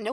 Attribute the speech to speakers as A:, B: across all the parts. A: No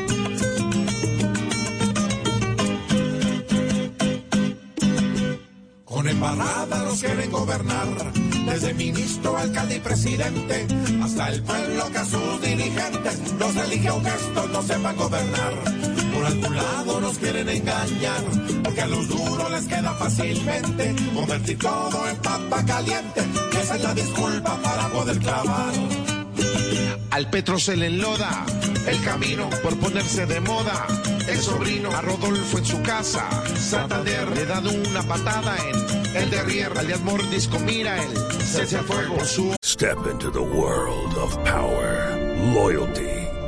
B: Con embarrada los quieren gobernar, desde ministro, alcalde y presidente, hasta el pueblo que a sus dirigentes los elige aunque estos no sepan gobernar. Por algún lado nos quieren engañar, porque a los duros les queda fácilmente convertir todo en papa caliente, que esa es la disculpa para poder clavar.
C: Al Petro se le enloda el camino por ponerse de moda. El sobrino a Rodolfo en su casa. Santander le da una patada en el derrier. Alias Mordisco mira el cese al fuego. por Su
D: Step into the world of power, loyalty,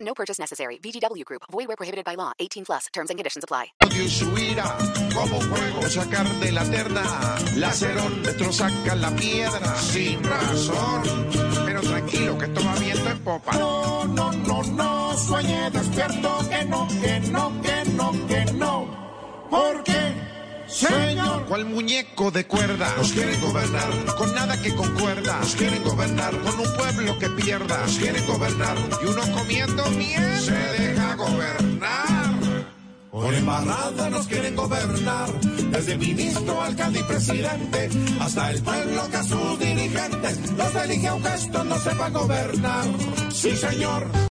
A: No purchase necessary. VGW Group. Void where prohibited by law. 18 plus. Terms and conditions apply.
C: odio y su ira, como fuego sacar de la terna. Lacerón, Petro saca la piedra sin razón. Pero tranquilo que toma viento en popa.
B: No, no, no, no, sueñe despierto, que no, que no, que no, que no, porque, señor,
C: Cual muñeco de cuerda.
B: Nos quieren gobernar.
C: Con nada que concuerda.
B: nos quieren gobernar,
C: Con un pueblo que pierda.
B: nos quieren gobernar.
C: Y uno comiendo miel.
B: se deja gobernar. Por embarrada nos quieren gobernar, desde ministro, alcalde y presidente, hasta el pueblo que a sus dirigentes los elige aunque estos no sepan gobernar. Sí, señor.